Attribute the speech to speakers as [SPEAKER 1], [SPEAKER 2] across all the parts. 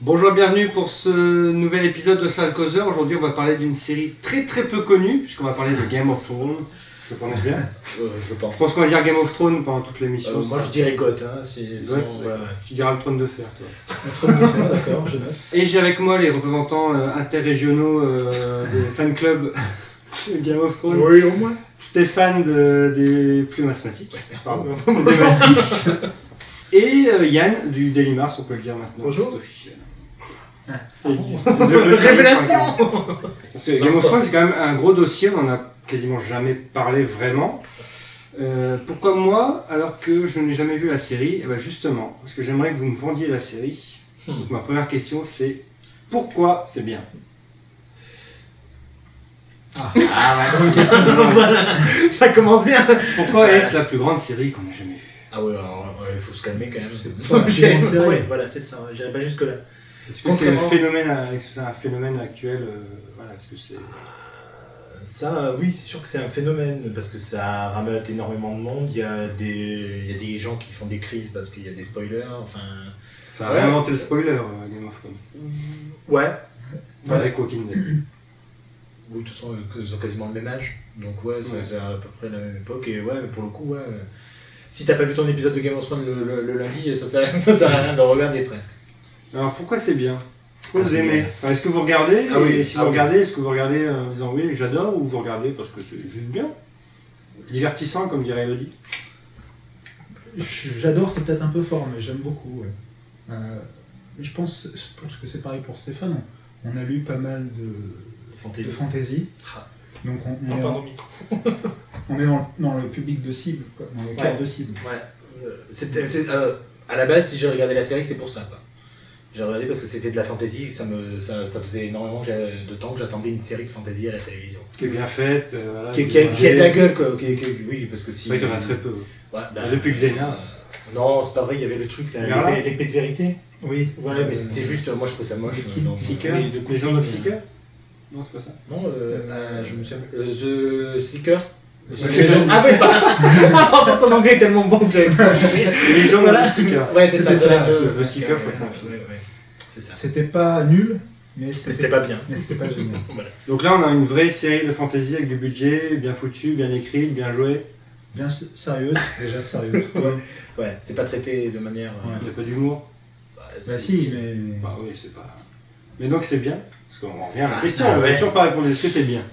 [SPEAKER 1] Bonjour et bienvenue pour ce nouvel épisode de Sale Causeur. Aujourd'hui, on va parler d'une série très très peu connue, puisqu'on va parler de Game of Thrones. Je le prononce bien
[SPEAKER 2] Euh, je pense.
[SPEAKER 1] Je pense qu'on va dire Game of Thrones pendant toute
[SPEAKER 2] Euh,
[SPEAKER 1] l'émission.
[SPEAKER 2] moi je dirais Goth, hein, c'est
[SPEAKER 1] Goth,
[SPEAKER 2] sinon,
[SPEAKER 1] ouais.
[SPEAKER 2] ouais.
[SPEAKER 1] Tu diras le trône de fer, toi.
[SPEAKER 2] Entre nous, frère, d'accord, je note.
[SPEAKER 1] Et j'ai avec moi les représentants euh, interrégionaux euh, des fan clubs de Game of Thrones.
[SPEAKER 2] Oui, au moins.
[SPEAKER 1] Stéphane de- des plumes asthmatiques.
[SPEAKER 2] merci.
[SPEAKER 1] Pardon. Des Matis. Et euh, Yann du Daily Mars, on peut le dire maintenant.
[SPEAKER 2] Bonjour.
[SPEAKER 1] C'est officiel.
[SPEAKER 2] Ah.
[SPEAKER 1] Et Guy. De- de- Parce que Game of Thrones, c'est quand même un gros dossier, on en a quasiment jamais parlé vraiment. Euh, pourquoi moi, alors que je n'ai jamais vu la série Eh ben justement, parce que j'aimerais que vous me vendiez la série.
[SPEAKER 2] Hmm.
[SPEAKER 1] Donc ma première question, c'est pourquoi c'est bien
[SPEAKER 2] Ah ouais, bonne question. voilà. Ça commence bien.
[SPEAKER 1] Pourquoi est-ce la plus grande série qu'on ait jamais vue
[SPEAKER 2] Ah ouais, alors, ouais, il faut se calmer quand même.
[SPEAKER 3] pas
[SPEAKER 2] J'ai-
[SPEAKER 3] une grande série.
[SPEAKER 2] ouais, voilà, c'est ça. J'irai pas jusque là.
[SPEAKER 1] Est-ce que c'est le
[SPEAKER 2] Contrairement-
[SPEAKER 1] phénomène, à- est-ce que c'est un phénomène actuel euh, voilà, est-ce que c'est...
[SPEAKER 3] Ça, euh, oui, c'est sûr que c'est un phénomène parce que ça ramène énormément de monde. Il y, a des, il y a des gens qui font des crises parce qu'il y a des spoilers. Enfin,
[SPEAKER 1] Ça a
[SPEAKER 2] Ouais.
[SPEAKER 1] réinventé le spoiler, euh, Game of Thrones.
[SPEAKER 2] Ouais.
[SPEAKER 1] Enfin, Avec Walking Dead.
[SPEAKER 3] oui, de toute façon, ils ont quasiment le même âge.
[SPEAKER 2] Donc ouais, c'est
[SPEAKER 1] Ouais.
[SPEAKER 2] c'est à peu près la même époque. Et ouais, mais pour le coup, ouais. euh, Si t'as pas vu ton épisode de Game of Thrones le, le- le lundi, euh, ça sert, ça sert à rien de le regarder presque.
[SPEAKER 1] Alors pourquoi c'est bien Pourquoi
[SPEAKER 2] Ah,
[SPEAKER 1] vous
[SPEAKER 2] c'est
[SPEAKER 1] aimez
[SPEAKER 2] bien.
[SPEAKER 1] Enfin, Est-ce que vous regardez
[SPEAKER 2] Ah oui,
[SPEAKER 1] Et si
[SPEAKER 2] ah
[SPEAKER 1] vous
[SPEAKER 2] oui.
[SPEAKER 1] regardez, est-ce que vous regardez euh, en disant oui, j'adore ou vous regardez parce que c'est juste bien Divertissant, comme dirait Elodie.
[SPEAKER 4] Je- J'adore, c'est peut-être un peu fort, mais j'aime beaucoup. ouais. Euh, je, pense, je pense que c'est pareil pour Stéphane. On, on a lu pas mal de, de
[SPEAKER 3] Fantaisie.
[SPEAKER 4] fantasy.
[SPEAKER 2] Ah.
[SPEAKER 4] Donc on, on
[SPEAKER 2] Non,
[SPEAKER 4] est,
[SPEAKER 2] pardon,
[SPEAKER 4] en- on est dans, le- dans le public de cible, quoi, dans le cœur de cible.
[SPEAKER 2] Ouais. Euh, C'était, c'est, euh, à la base, si j'ai regardé la série, c'est pour ça. Quoi. J'ai regardé parce que c'était de la fantasy, ça, me, ça, ça faisait énormément que j'a- de temps que j'attendais une série de fantasy à la télévision.
[SPEAKER 1] Qui est bien faite. euh, voilà,
[SPEAKER 2] Qui,
[SPEAKER 1] vous
[SPEAKER 2] qui a,
[SPEAKER 1] mangez.
[SPEAKER 2] qui a de la gueule, quoi. Qui- qui- oui, parce que si.
[SPEAKER 1] C'est vrai qu'il y en a très peu. ouais.
[SPEAKER 2] Ouais,
[SPEAKER 1] Bah, depuis Xena.
[SPEAKER 2] euh, non, c'est pas vrai, il y avait le truc, là,
[SPEAKER 1] Merlin. Euh,
[SPEAKER 2] l'épée- l'épée de vérité.
[SPEAKER 3] Oui.
[SPEAKER 4] Euh,
[SPEAKER 2] Ouais, mais c'était juste, moi je trouve ça moche.
[SPEAKER 3] Le
[SPEAKER 2] euh,
[SPEAKER 3] King
[SPEAKER 2] non.
[SPEAKER 1] Seeker
[SPEAKER 3] Oui, de
[SPEAKER 1] Les gens de
[SPEAKER 3] Cooking,
[SPEAKER 1] Seeker Non, c'est pas ça.
[SPEAKER 2] Non, euh, euh, je me souviens. euh, The Seeker
[SPEAKER 1] The
[SPEAKER 2] The
[SPEAKER 1] Seeker.
[SPEAKER 2] Seeker. Ah oui, pardon, ton anglais est tellement bon que j'avais pas compris.
[SPEAKER 1] Les gens
[SPEAKER 2] Voilà.
[SPEAKER 1] de Seeker.
[SPEAKER 2] Ouais, c'est ça,
[SPEAKER 4] C'était
[SPEAKER 2] c'est
[SPEAKER 4] ça,
[SPEAKER 2] la
[SPEAKER 1] The
[SPEAKER 2] The
[SPEAKER 1] Seeker, je crois que c'est un film.
[SPEAKER 2] ouais, ouais. C'est ça.
[SPEAKER 4] C'était pas nul, mais
[SPEAKER 2] Mais
[SPEAKER 4] c'était
[SPEAKER 2] c'était pas bien.
[SPEAKER 4] mais c'était pas génial.
[SPEAKER 1] Donc là, on a une vraie série de fantasy avec du budget, bien foutu, bien écrit, bien joué.
[SPEAKER 4] Bien s- sérieuse, déjà Bah, sérieuse.
[SPEAKER 2] Ouais, c'est pas traité de manière. euh,
[SPEAKER 4] Ouais.
[SPEAKER 1] Il n'y a pas d'humour.
[SPEAKER 2] bah,
[SPEAKER 4] Bah
[SPEAKER 2] c'est-
[SPEAKER 4] si,
[SPEAKER 2] c'est-
[SPEAKER 4] mais.
[SPEAKER 1] Bah oui, c'est pas. Mais donc c'est bien Parce qu'on en revient à la
[SPEAKER 2] Ah,
[SPEAKER 1] question,
[SPEAKER 2] ah
[SPEAKER 1] on n'a
[SPEAKER 2] ouais.
[SPEAKER 1] toujours pas répondu. Est-ce que c'est bien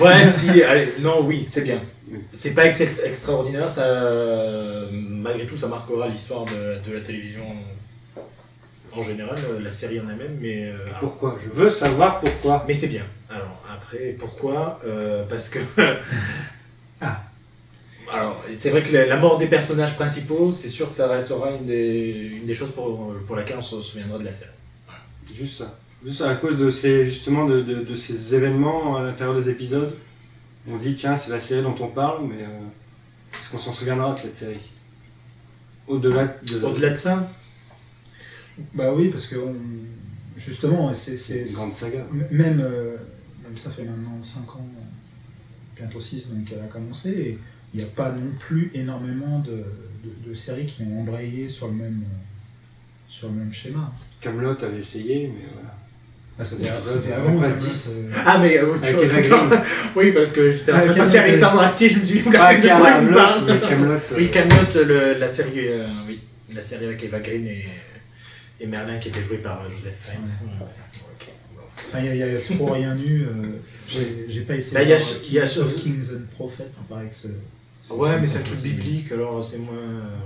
[SPEAKER 2] Ouais, si, allez, non, oui, c'est bien.
[SPEAKER 1] Oui.
[SPEAKER 2] C'est pas ex- ex- extraordinaire, ça, euh, malgré tout, ça marquera l'histoire de, de la télévision en général, euh, la série en elle-même, mais, euh, alors-
[SPEAKER 1] Pourquoi Je veux savoir pourquoi.
[SPEAKER 2] mais c'est bien. Alors, après, pourquoi Euh, Parce que.
[SPEAKER 4] Ah.
[SPEAKER 2] Alors, c'est vrai que la, la mort des personnages principaux, c'est sûr que ça restera une des, une des choses pour, pour laquelle on se souviendra de la série.
[SPEAKER 1] Juste ça. Juste à cause de ces, justement, de, de- de ces événements à l'intérieur des épisodes. On dit, tiens, c'est la série dont on parle, mais euh, est-ce qu'on s'en souviendra de cette série Au-delà de.
[SPEAKER 2] Au-delà de ça,
[SPEAKER 4] Bah oui, parce que on- justement, c'est. c'est-
[SPEAKER 1] Une grande saga.
[SPEAKER 4] M- Même, euh, même ça fait maintenant 5 ans, euh, bientôt 6, donc elle a commencé, et il n'y a pas non plus énormément de, de- de séries qui ont embrayé sur le même, euh, sur le même schéma.
[SPEAKER 1] Camelot avait essayé, mais voilà.
[SPEAKER 4] Là, c'était
[SPEAKER 1] Ouais,
[SPEAKER 4] c'était
[SPEAKER 1] ouais,
[SPEAKER 4] avant
[SPEAKER 1] ouais,
[SPEAKER 4] Camelot,
[SPEAKER 1] dix.
[SPEAKER 4] euh,
[SPEAKER 2] Ah mais euh,
[SPEAKER 1] Avec
[SPEAKER 2] tu-
[SPEAKER 1] Eva
[SPEAKER 2] attends.
[SPEAKER 1] Green.
[SPEAKER 2] oui parce que j'étais en
[SPEAKER 4] Ah,
[SPEAKER 2] train de passer
[SPEAKER 4] Camelot.
[SPEAKER 2] avec Sarah Astier, je me suis dit
[SPEAKER 1] Pas
[SPEAKER 2] de quoi il me
[SPEAKER 1] Ah, Camelot,
[SPEAKER 2] parle
[SPEAKER 1] mais Camelot. euh,
[SPEAKER 2] Oui Camelot, le- la série euh, oui la série avec Eva Green et, et Merlin qui était joué par euh, Joseph Fiennes. Ouais. Ok.
[SPEAKER 4] Enfin, il y, a- il y a trop rien eu. euh, j'ai- J'ai pas essayé
[SPEAKER 2] Bah, il y a
[SPEAKER 4] de voir
[SPEAKER 2] ch- il y a
[SPEAKER 4] Kings of
[SPEAKER 2] ch-
[SPEAKER 4] Kings and Prophets, on paraît que c'est- c'est-
[SPEAKER 2] Ouais mais c'est un truc biblique alors c'est moins euh, ouais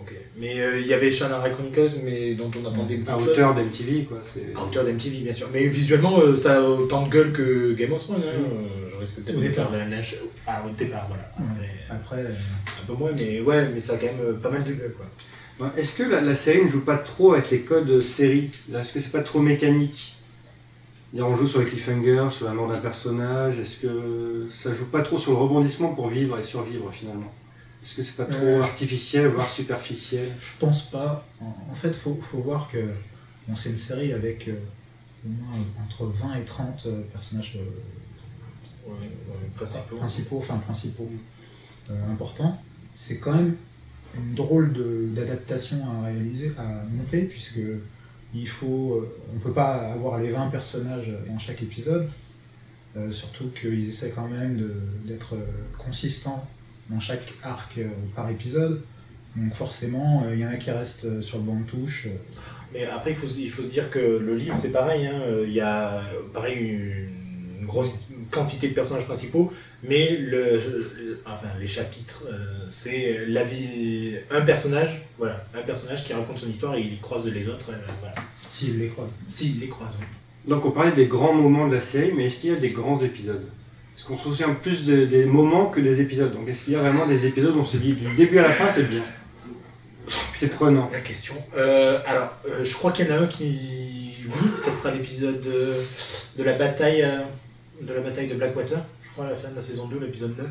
[SPEAKER 2] ok mais euh, il y avait Shannara Chronicles mais dont on attendait
[SPEAKER 1] À
[SPEAKER 2] beaucoup de choses.
[SPEAKER 1] hauteur d'MTV, quoi. c'est-
[SPEAKER 2] Ah, À hauteur d'MTV bien sûr mais visuellement euh, ça a autant de gueule que Game of Thrones hein. Euh, je risque peut-être
[SPEAKER 4] Au
[SPEAKER 2] de
[SPEAKER 4] départ.
[SPEAKER 2] faire la lynche ah, au départ voilà
[SPEAKER 4] Ouais.
[SPEAKER 2] Après,
[SPEAKER 4] Après, euh,
[SPEAKER 2] un peu moins mais ouais mais ça a quand même euh, pas mal de gueule quoi
[SPEAKER 1] Ouais, Ben, Est-ce que la, la série ne joue pas trop avec les codes euh, série Là, Est-ce que c'est pas trop mécanique Là, On joue sur les cliffhangers, sur la mort d'un personnage. Est-ce que ça joue pas trop sur le rebondissement pour vivre et survivre finalement Est-ce que c'est pas trop
[SPEAKER 4] Euh,
[SPEAKER 1] artificiel, voire superficiel
[SPEAKER 4] Je pense pas. En, en fait, faut, faut voir que bon, c'est une série avec euh, au moins euh, entre 20 et 30 euh, personnages euh,
[SPEAKER 2] Ouais, ouais, principaux.
[SPEAKER 4] principaux, enfin principaux euh, importants. C'est quand même une drôle de- d'adaptation à réaliser, à monter, puisque il faut, euh, on peut pas avoir les 20 personnages dans chaque épisode, euh, surtout qu'ils essaient quand même de- d'être euh, consistants dans chaque arc euh, par épisode. Donc forcément, euh, il y en a qui restent euh, sur le banc de touche. euh,
[SPEAKER 2] Mais après, il faut, se- il faut se dire que le livre, c'est pareil. hein, euh, Il y a pareil une, une grosse quantité de personnages principaux, mais le, le- enfin, les chapitres, euh, c'est la vie, un personnage, voilà, un personnage qui raconte son histoire et il croise les autres. euh, voilà.
[SPEAKER 4] S'ils les croisent.
[SPEAKER 2] S'il les croise. oui.
[SPEAKER 1] Donc on parlait des grands moments de la série, mais est-ce qu'il y a des grands épisodes Est-ce qu'on se souvient plus de- des moments que des épisodes Donc est-ce qu'il y a vraiment des épisodes où on se dit du début à la fin c'est bien C'est prenant.
[SPEAKER 2] La question. Euh, alors, euh, je crois qu'il y en a un qui. Oui, ça sera l'épisode de, de la bataille euh, de la bataille de Blackwater, je crois, à la fin de la saison 2, l'épisode 9.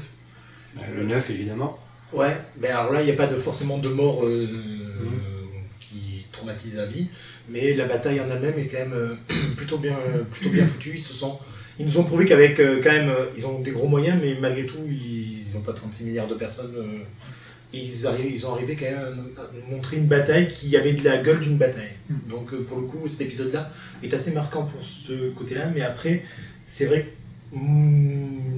[SPEAKER 1] Le 9 évidemment.
[SPEAKER 2] Ouais, mais alors là, il n'y a pas de, forcément de mort euh,
[SPEAKER 1] Mhm.
[SPEAKER 2] qui traumatise la vie, mais la bataille en elle-même est quand même euh, plutôt bien, euh, plutôt bien foutue. Ils se sont, ils nous ont prouvé qu'avec euh, quand même, euh, ils ont des gros moyens, mais malgré tout, ils n'ont pas 36 milliards de personnes. euh, et ils, arrivent, ils ont arrivé quand même à nous montrer une bataille qui avait de la gueule d'une bataille.
[SPEAKER 4] Mhm.
[SPEAKER 2] Donc euh, pour le coup, cet épisode-là est assez marquant pour ce côté-là, mais après, c'est vrai que mm,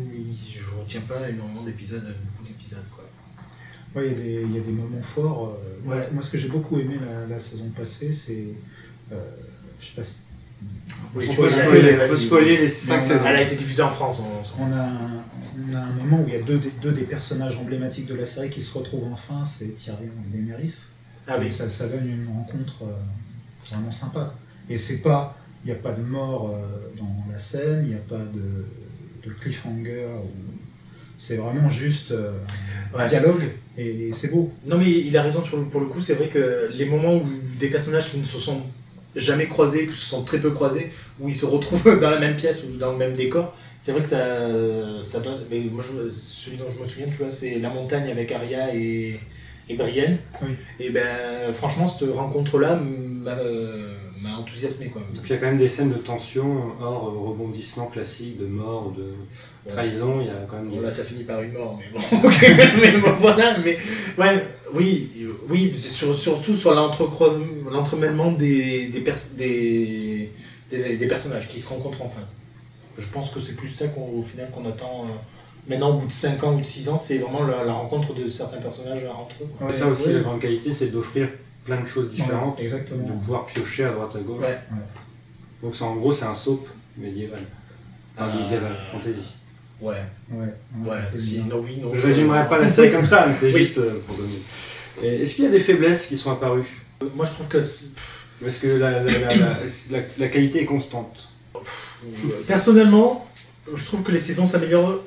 [SPEAKER 2] je retiens pas énormément d'épisodes, beaucoup d'épisodes quoi.
[SPEAKER 4] Ouais, il y a des- il y, a des moments forts. euh, moi-
[SPEAKER 2] Ouais.
[SPEAKER 4] Moi, ce que j'ai beaucoup aimé la, la saison passée, c'est. euh, je sais pas si-
[SPEAKER 2] Oui,
[SPEAKER 1] on
[SPEAKER 2] tu
[SPEAKER 1] peut
[SPEAKER 2] vois,
[SPEAKER 1] spoiler,
[SPEAKER 2] vas-y.
[SPEAKER 1] on peut spoiler les 5
[SPEAKER 4] Non,
[SPEAKER 1] saisons.
[SPEAKER 2] Elle a été diffusée en France, on s'en fout.
[SPEAKER 4] On a, un, on a un moment où il y a deux, des- deux des personnages emblématiques de la série qui se retrouvent enfin, c'est Tyrion et Daenerys.
[SPEAKER 2] Ah oui.
[SPEAKER 4] ça, ça donne une rencontre euh, vraiment sympa. Et c'est pas, il n'y a pas de mort euh, dans la scène, il n'y a pas de, de cliffhanger. ou- C'est vraiment juste euh, un
[SPEAKER 2] Ouais.
[SPEAKER 4] dialogue et, et c'est beau.
[SPEAKER 2] Non mais il a raison sur le- pour le coup, c'est vrai que les moments où des personnages qui ne se sont jamais croisés, qui se sont très peu croisés, où ils se retrouvent dans la même pièce ou dans le même décor, c'est vrai que ça, ça donne... Mais moi, je- celui dont je me souviens, tu vois, c'est La Montagne avec Arya et, et Brienne.
[SPEAKER 4] Oui.
[SPEAKER 2] Et ben franchement, cette rencontre-là m'a euh, m'a enthousiasmé quoi.
[SPEAKER 1] Donc il y a quand même des scènes de tension hors euh, rebondissement classique de mort, de trahison. Il y a quand même.
[SPEAKER 2] Bon,
[SPEAKER 1] des-
[SPEAKER 2] là, ça finit par une mort, mais bon, ok, mais bon, voilà, mais ouais, oui, euh, oui, c'est sur- surtout sur l'entrecroise- l'entremêlement des, des, pers- des, des, des personnages qui se rencontrent enfin. Je pense que c'est plus ça qu'au final qu'on attend euh, maintenant, au bout de 5 ans ou de 6 ans, c'est vraiment la, la rencontre de certains personnages entre eux. quoi.
[SPEAKER 1] ça aussi la grande qualité, c'est d'offrir plein de choses différentes,
[SPEAKER 4] Ouais, exactement.
[SPEAKER 1] de pouvoir piocher à droite à gauche.
[SPEAKER 2] Ouais.
[SPEAKER 1] Donc ça, en gros c'est un soap médiéval, enfin
[SPEAKER 2] Euh,
[SPEAKER 1] médiéval fantasy.
[SPEAKER 2] Ouais,
[SPEAKER 4] Ouais, on
[SPEAKER 2] ouais,
[SPEAKER 4] peut le
[SPEAKER 2] si,
[SPEAKER 4] dire.
[SPEAKER 2] non, oui, non.
[SPEAKER 1] Je
[SPEAKER 2] c'est-
[SPEAKER 1] résumerai pas la série comme ça, mais c'est
[SPEAKER 2] Oui.
[SPEAKER 1] juste euh, pour donner. Et Est-ce qu'il y a des faiblesses qui sont apparues
[SPEAKER 2] Euh, Moi, je trouve que c'est-
[SPEAKER 1] Parce que la, la- la- la- la- la qualité est constante.
[SPEAKER 2] Euh, Personnellement, je trouve que les saisons s'améliorent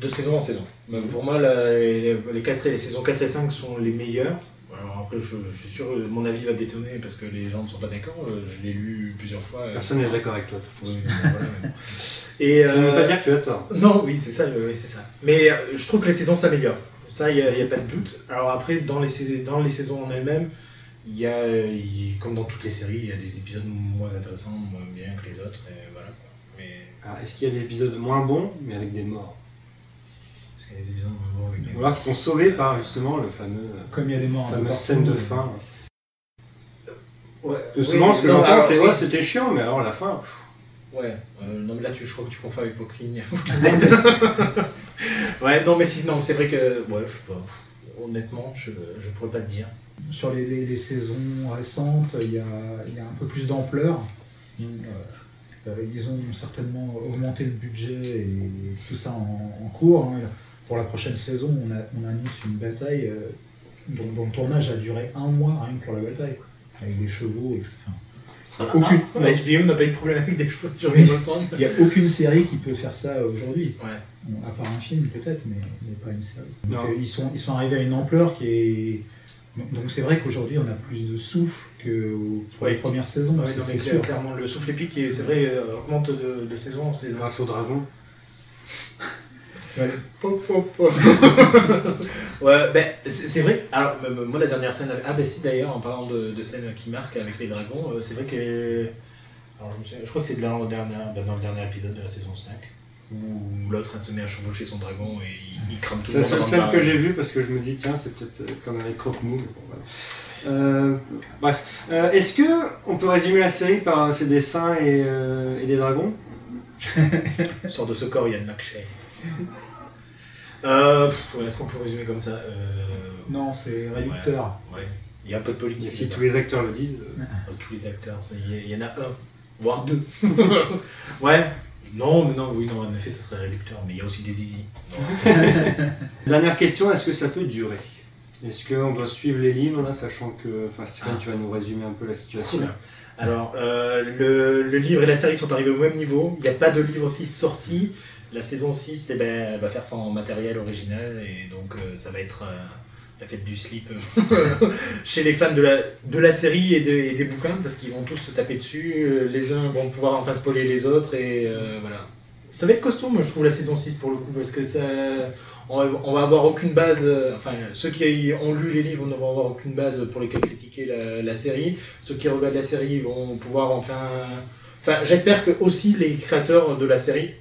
[SPEAKER 2] de saison en saison. Mais
[SPEAKER 1] Mhm.
[SPEAKER 2] Pour moi, la- les, les quatre et- les saisons 4 et 5 sont les meilleures. Alors après, je, je suis sûr que mon avis va détonner parce que les gens ne sont pas d'accord. Euh, Je l'ai lu plusieurs fois. euh,
[SPEAKER 1] Personne n'est d'accord avec toi. de toute
[SPEAKER 2] Oui,
[SPEAKER 1] façon.
[SPEAKER 2] voilà, mais bon. Et,
[SPEAKER 1] Ça ne veut
[SPEAKER 2] euh,
[SPEAKER 1] pas dire que tu as tort.
[SPEAKER 2] non, oui, c'est ça, le- oui, c'est ça. Mais euh, je trouve que les saisons s'améliorent. Ça, il n'y a, y a pas de doute. Alors après, dans les, sais- dans les saisons en elles-mêmes, il y a, y- comme dans toutes les séries, il y a des épisodes moins intéressants, moins bien que les autres, et voilà. quoi. Mais
[SPEAKER 1] Alors, Est-ce qu'il y a des épisodes moins bons, mais avec des morts
[SPEAKER 2] parce qu'il y a des épisodes où on voit avec des-
[SPEAKER 1] Ou alors qui sont sauvés par justement le fameux, euh,
[SPEAKER 4] Comme il y a des morts un peu
[SPEAKER 1] fameuse
[SPEAKER 4] partout,
[SPEAKER 1] scène de
[SPEAKER 4] euh,
[SPEAKER 1] fin.
[SPEAKER 2] Ouais,
[SPEAKER 1] Parce que souvent, ce que
[SPEAKER 2] non,
[SPEAKER 1] j'entends,
[SPEAKER 2] alors,
[SPEAKER 1] c'est
[SPEAKER 2] oui.
[SPEAKER 1] ouais, c'était chiant, mais alors la fin. pff.
[SPEAKER 2] Ouais, euh, non mais là tu, je crois que tu confonds avec Pockling. ouais, non mais si, non, c'est vrai que, ouais, je sais pas. Honnêtement, je, je pourrais pas te dire.
[SPEAKER 4] Sur les, les- les saisons récentes, il y a, il y a un peu plus d'ampleur. Donc, euh, euh, ils ont certainement augmenté le budget et tout ça en, en cours. hein. Pour la prochaine saison, on, a- on annonce une bataille euh, dont, dont le tournage a duré un mois rien que pour la bataille, quoi. avec des chevaux. et tout. Enfin, aucune-
[SPEAKER 2] Ah, mais HBO n'a pas eu de problème avec des cheveux sur les Wilson.
[SPEAKER 4] Il n'y a aucune série qui peut faire ça aujourd'hui.
[SPEAKER 2] Ouais.
[SPEAKER 4] Bon, à part un film peut-être, mais, mais pas une série. Donc,
[SPEAKER 1] Non.
[SPEAKER 4] euh, ils, sont, ils sont arrivés à une ampleur qui est... Donc donc c'est vrai qu'aujourd'hui on a plus de souffle que au- pour les
[SPEAKER 2] Oui.
[SPEAKER 4] premières saisons,
[SPEAKER 2] Ouais,
[SPEAKER 4] c'est
[SPEAKER 2] non, mais
[SPEAKER 4] c'est
[SPEAKER 2] clair-
[SPEAKER 4] sûr.
[SPEAKER 2] clairement, le souffle épique, et c'est vrai, euh, augmente de, de saison en saison.
[SPEAKER 1] Grâce au dragon.
[SPEAKER 4] Ouais.
[SPEAKER 2] ouais, ben, c'est c'est vrai. Alors, m- m- moi, la dernière scène. avec- Ah, ben si, d'ailleurs, en parlant de, de scène qui marque avec les dragons, euh, c'est vrai que. Alors, je, me souviens- je crois que c'est dans, le dernier- ben, dans le dernier épisode de la saison 5. où l'autre hein, se met à chevaucher son dragon et il, il crame tout
[SPEAKER 1] C'est
[SPEAKER 2] le
[SPEAKER 1] la seule
[SPEAKER 2] monde. dans le
[SPEAKER 1] scène
[SPEAKER 2] bar.
[SPEAKER 1] que j'ai vue parce que je me dis, tiens, c'est peut-être euh, comme avec Croque-Mou. mais bon, voilà. Euh, bref. Euh, Est-ce que on peut résumer la série par ses dessins et, euh, et les dragons
[SPEAKER 2] Sort de ce corps, Yann McShane. Euh, pff, ouais, Est-ce qu'on peut résumer comme ça Euh,
[SPEAKER 4] Non, c'est réducteur.
[SPEAKER 2] Ouais. Il y a un peu de politique.
[SPEAKER 1] Si
[SPEAKER 2] là-dedans.
[SPEAKER 1] tous les acteurs le disent. euh,
[SPEAKER 2] Euh, tous les acteurs, ça y est, il y en a un, voire deux. ouais. Non, mais non, oui, non, en effet, ça serait réducteur, mais il y a aussi des easy.
[SPEAKER 1] Dernière question, est-ce que ça peut durer Est-ce qu'on doit suivre les livres là, sachant que, enfin Stéphane,
[SPEAKER 2] Ah.
[SPEAKER 1] tu vas nous résumer un peu la situation.
[SPEAKER 2] Cool. Alors, euh, le, le livre et la série sont arrivés au même niveau. Il n'y a pas de livre 6 sorti. La saison 6, eh ben, elle va faire sans matériel original. Et donc, euh, ça va être euh, la fête du slip euh, chez les fans de la, de la série et, de- et des bouquins, parce qu'ils vont tous se taper dessus. Euh, Les uns vont pouvoir enfin spoiler les autres. Et euh, voilà. Ça va être costaud, moi, je trouve, la saison 6 pour le coup, parce que ça. On va- on va avoir aucune base, euh, enfin ceux qui ont lu les livres ne vont avoir aucune base pour lesquels critiquer la- la série ceux qui regardent la série vont pouvoir enfin. Enfin, j'espère que aussi les créateurs de la série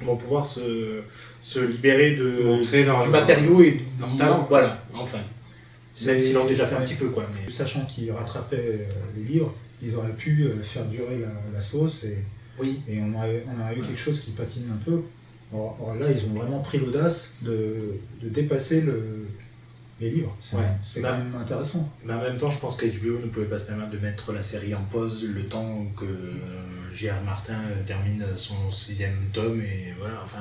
[SPEAKER 2] vont pouvoir se, se libérer de,
[SPEAKER 1] Montrer leur-
[SPEAKER 2] Euh, du matériau et
[SPEAKER 1] leur
[SPEAKER 2] du-
[SPEAKER 1] talent.
[SPEAKER 2] Voilà, enfin. Même
[SPEAKER 4] C'est-
[SPEAKER 2] s'ils l'ont déjà fait un
[SPEAKER 4] ouais.
[SPEAKER 2] petit peu, quoi. Mais...
[SPEAKER 4] Sachant qu'ils rattrapaient euh, les livres, ils auraient pu euh, faire durer la, la sauce et,
[SPEAKER 2] Oui.
[SPEAKER 4] et on aurait, on aurait eu quelque chose qui patine un peu. Or, or là, ils ont vraiment pris l'audace de, de dépasser le, les livres. C'est
[SPEAKER 2] Ouais.
[SPEAKER 4] c'est
[SPEAKER 2] Bah.
[SPEAKER 4] quand même intéressant.
[SPEAKER 2] Mais en même temps, je pense qu'HBO ne pouvait pas se permettre de mettre la série en pause le temps que euh, J.R. Martin euh, termine son sixième tome et voilà, enfin.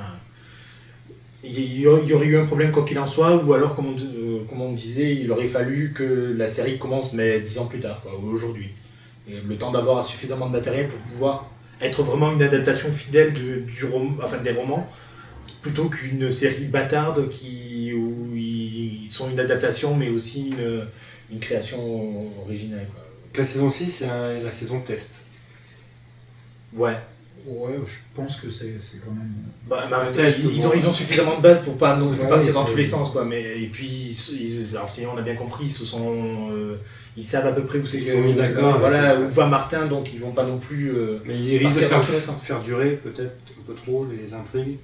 [SPEAKER 2] Il y, il y aurait il y aurait eu un problème quoi qu'il en soit, ou alors comme on, di- euh, comme on disait, il aurait fallu que la série commence mais dix ans plus tard, quoi, ou aujourd'hui. Et Le temps d'avoir suffisamment de matériel pour pouvoir être vraiment une adaptation fidèle de- du rom- enfin, des romans, plutôt qu'une série bâtarde qui, où ils sont une adaptation mais aussi une, une création originale. Quoi.
[SPEAKER 1] La saison 6 est la- la saison test.
[SPEAKER 2] Ouais.
[SPEAKER 4] Ouais, je pense que c'est c'est quand même.
[SPEAKER 2] Bah, mais en même temps,
[SPEAKER 1] Test,
[SPEAKER 2] ils, ils ont,
[SPEAKER 1] bon.
[SPEAKER 2] ils ont suffisamment de base pour pas non plus
[SPEAKER 4] Ouais,
[SPEAKER 2] partir
[SPEAKER 4] oui,
[SPEAKER 2] dans
[SPEAKER 4] c'est-
[SPEAKER 2] tous les sens. Quoi. Mais, et puis, ils, ils- alors, sinon, on a bien compris, ils, se sont, euh, ils savent à peu près où c'est
[SPEAKER 1] Ils
[SPEAKER 2] que- euh,
[SPEAKER 1] sont mis d'accord.
[SPEAKER 2] Voilà, où va Martin, donc ils vont pas non plus. euh,
[SPEAKER 1] Mais il risque de
[SPEAKER 2] Partir
[SPEAKER 1] faire,
[SPEAKER 2] dans tous les sens.
[SPEAKER 1] faire durer peut-être un peu trop les intrigues.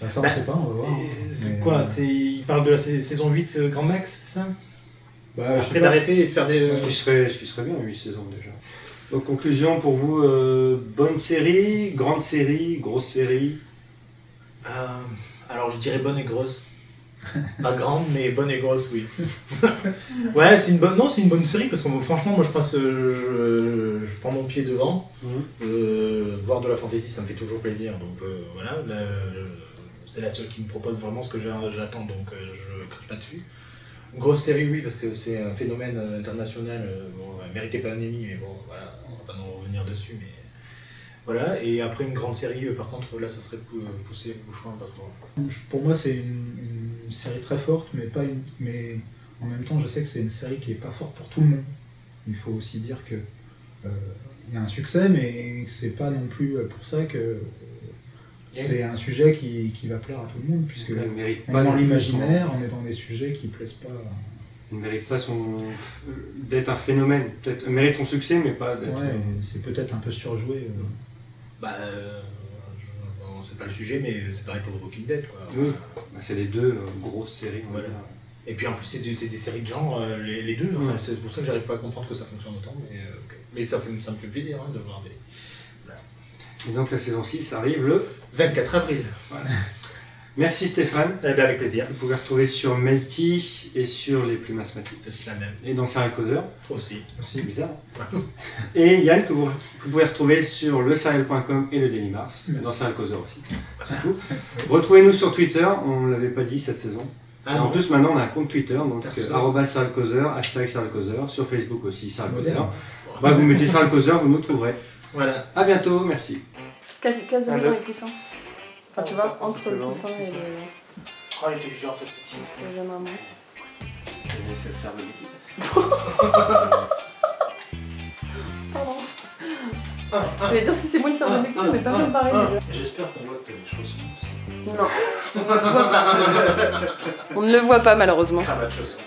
[SPEAKER 4] Bah, ça, on
[SPEAKER 2] Bah,
[SPEAKER 4] sait pas, on va voir.
[SPEAKER 2] et-
[SPEAKER 4] Mais-
[SPEAKER 2] Quoi c'est- Ils parlent de la sa- saison 8 euh, Grand Max, c'est ça
[SPEAKER 4] Bah, je sais
[SPEAKER 2] Après
[SPEAKER 4] pas.
[SPEAKER 2] d'arrêter et de faire des. euh,
[SPEAKER 1] Ce qui serait, ce qui serait bien, 8 saisons déjà. Donc conclusion pour vous, euh, bonne série, grande série, grosse série.
[SPEAKER 2] euh, alors, je dirais bonne et grosse. pas grande, mais bonne et grosse, oui. ouais, c'est une bonne. Non, c'est une bonne série parce que franchement, moi, je passe, euh, je- je prends mon pied devant.
[SPEAKER 1] hein,
[SPEAKER 4] Mmh.
[SPEAKER 2] Euh, voir de la fantasy, ça me fait toujours plaisir. Donc euh, voilà, là, euh, c'est la seule qui me propose vraiment ce que j'a- j'attends, donc euh, je crache pas dessus. Grosse série, oui, parce que c'est un phénomène euh, international. euh, bon, elle méritait pas un Emmy, mais bon, voilà, on va pas nous revenir dessus. Mais voilà, et après une grande série, euh, par contre, là, ça serait pou- poussé, bouchon, pas trop.
[SPEAKER 4] Je- Pour moi, c'est une, une série très forte, mais pas une. Mais en même temps, je sais que c'est une série qui est pas forte pour tout le monde. Il faut aussi dire que euh, il y a un succès, mais c'est pas non plus euh, pour ça que euh, c'est un sujet qui, qui va plaire à tout le monde, puisque
[SPEAKER 1] Elle ne mérite
[SPEAKER 4] on est
[SPEAKER 1] pas
[SPEAKER 4] dans
[SPEAKER 1] non plus
[SPEAKER 4] l'imaginaire, on est dans des sujets qui plaisent pas. à-
[SPEAKER 1] son- elle ne mérite pas son d'être un phénomène. Peut-être elle mérite son succès, mais pas d'être. euh,
[SPEAKER 4] Ouais, c'est peut-être un peu surjoué. euh.
[SPEAKER 2] Bah, euh, je- bon, c'est pas le sujet, mais c'est pareil pour Walking Dead, quoi.
[SPEAKER 1] Oui. Bah, c'est les deux euh, grosses séries. on va
[SPEAKER 2] Voilà.
[SPEAKER 1] dire.
[SPEAKER 2] Et puis en plus, c'est des, c'est des séries de genre, euh, les, les deux. Enfin,
[SPEAKER 1] Ouais.
[SPEAKER 2] C'est pour ça que j'arrive pas à comprendre que ça fonctionne autant. Mais, euh, ok. mais ça, fait, ça me fait plaisir hein, de voir des.
[SPEAKER 1] Et donc la saison 6 arrive le.
[SPEAKER 2] 24 avril.
[SPEAKER 1] Merci Stéphane.
[SPEAKER 2] Eh bien, avec plaisir.
[SPEAKER 1] Vous pouvez retrouver sur Melty et sur les plumes asthmatiques.
[SPEAKER 2] C'est la même.
[SPEAKER 1] Et dans Serial Causeur.
[SPEAKER 2] Aussi.
[SPEAKER 1] C'est bizarre. Et Yann, que vous, que vous pouvez retrouver sur le serial.com et le Daily Mars,
[SPEAKER 4] Merci.
[SPEAKER 1] dans Serial Causeur aussi. C'est fou. Retrouvez-nous sur Twitter, on ne l'avait pas dit cette saison. Et
[SPEAKER 2] Ah
[SPEAKER 1] en
[SPEAKER 2] non.
[SPEAKER 1] plus, maintenant, on a un compte Twitter, donc
[SPEAKER 2] Perso.
[SPEAKER 1] euh, arobase Serial Causeur, hashtag Serial Causeur, sur Facebook aussi, Serial Causeur.
[SPEAKER 4] Moderne.
[SPEAKER 1] Bah, vous mettez Serial Causeur, vous nous trouverez.
[SPEAKER 2] Voilà.
[SPEAKER 1] À bientôt, merci.
[SPEAKER 5] Case, case de
[SPEAKER 6] Un
[SPEAKER 5] milieu
[SPEAKER 6] œuf.
[SPEAKER 5] et le coussin. Enfin, tu vois, entre le coussin et le.
[SPEAKER 6] Oh, elle était géante, cette petite.
[SPEAKER 5] le jeune homme. Pardon. Je voulais dire si c'est moi qui sers de lecture, on est pas mal pareil. les
[SPEAKER 6] J'espère qu'on voit que t'as des chaussons aussi.
[SPEAKER 5] gars. Non. on ne le voit pas. On ne le voit pas malheureusement.
[SPEAKER 6] Ça va de chaussons.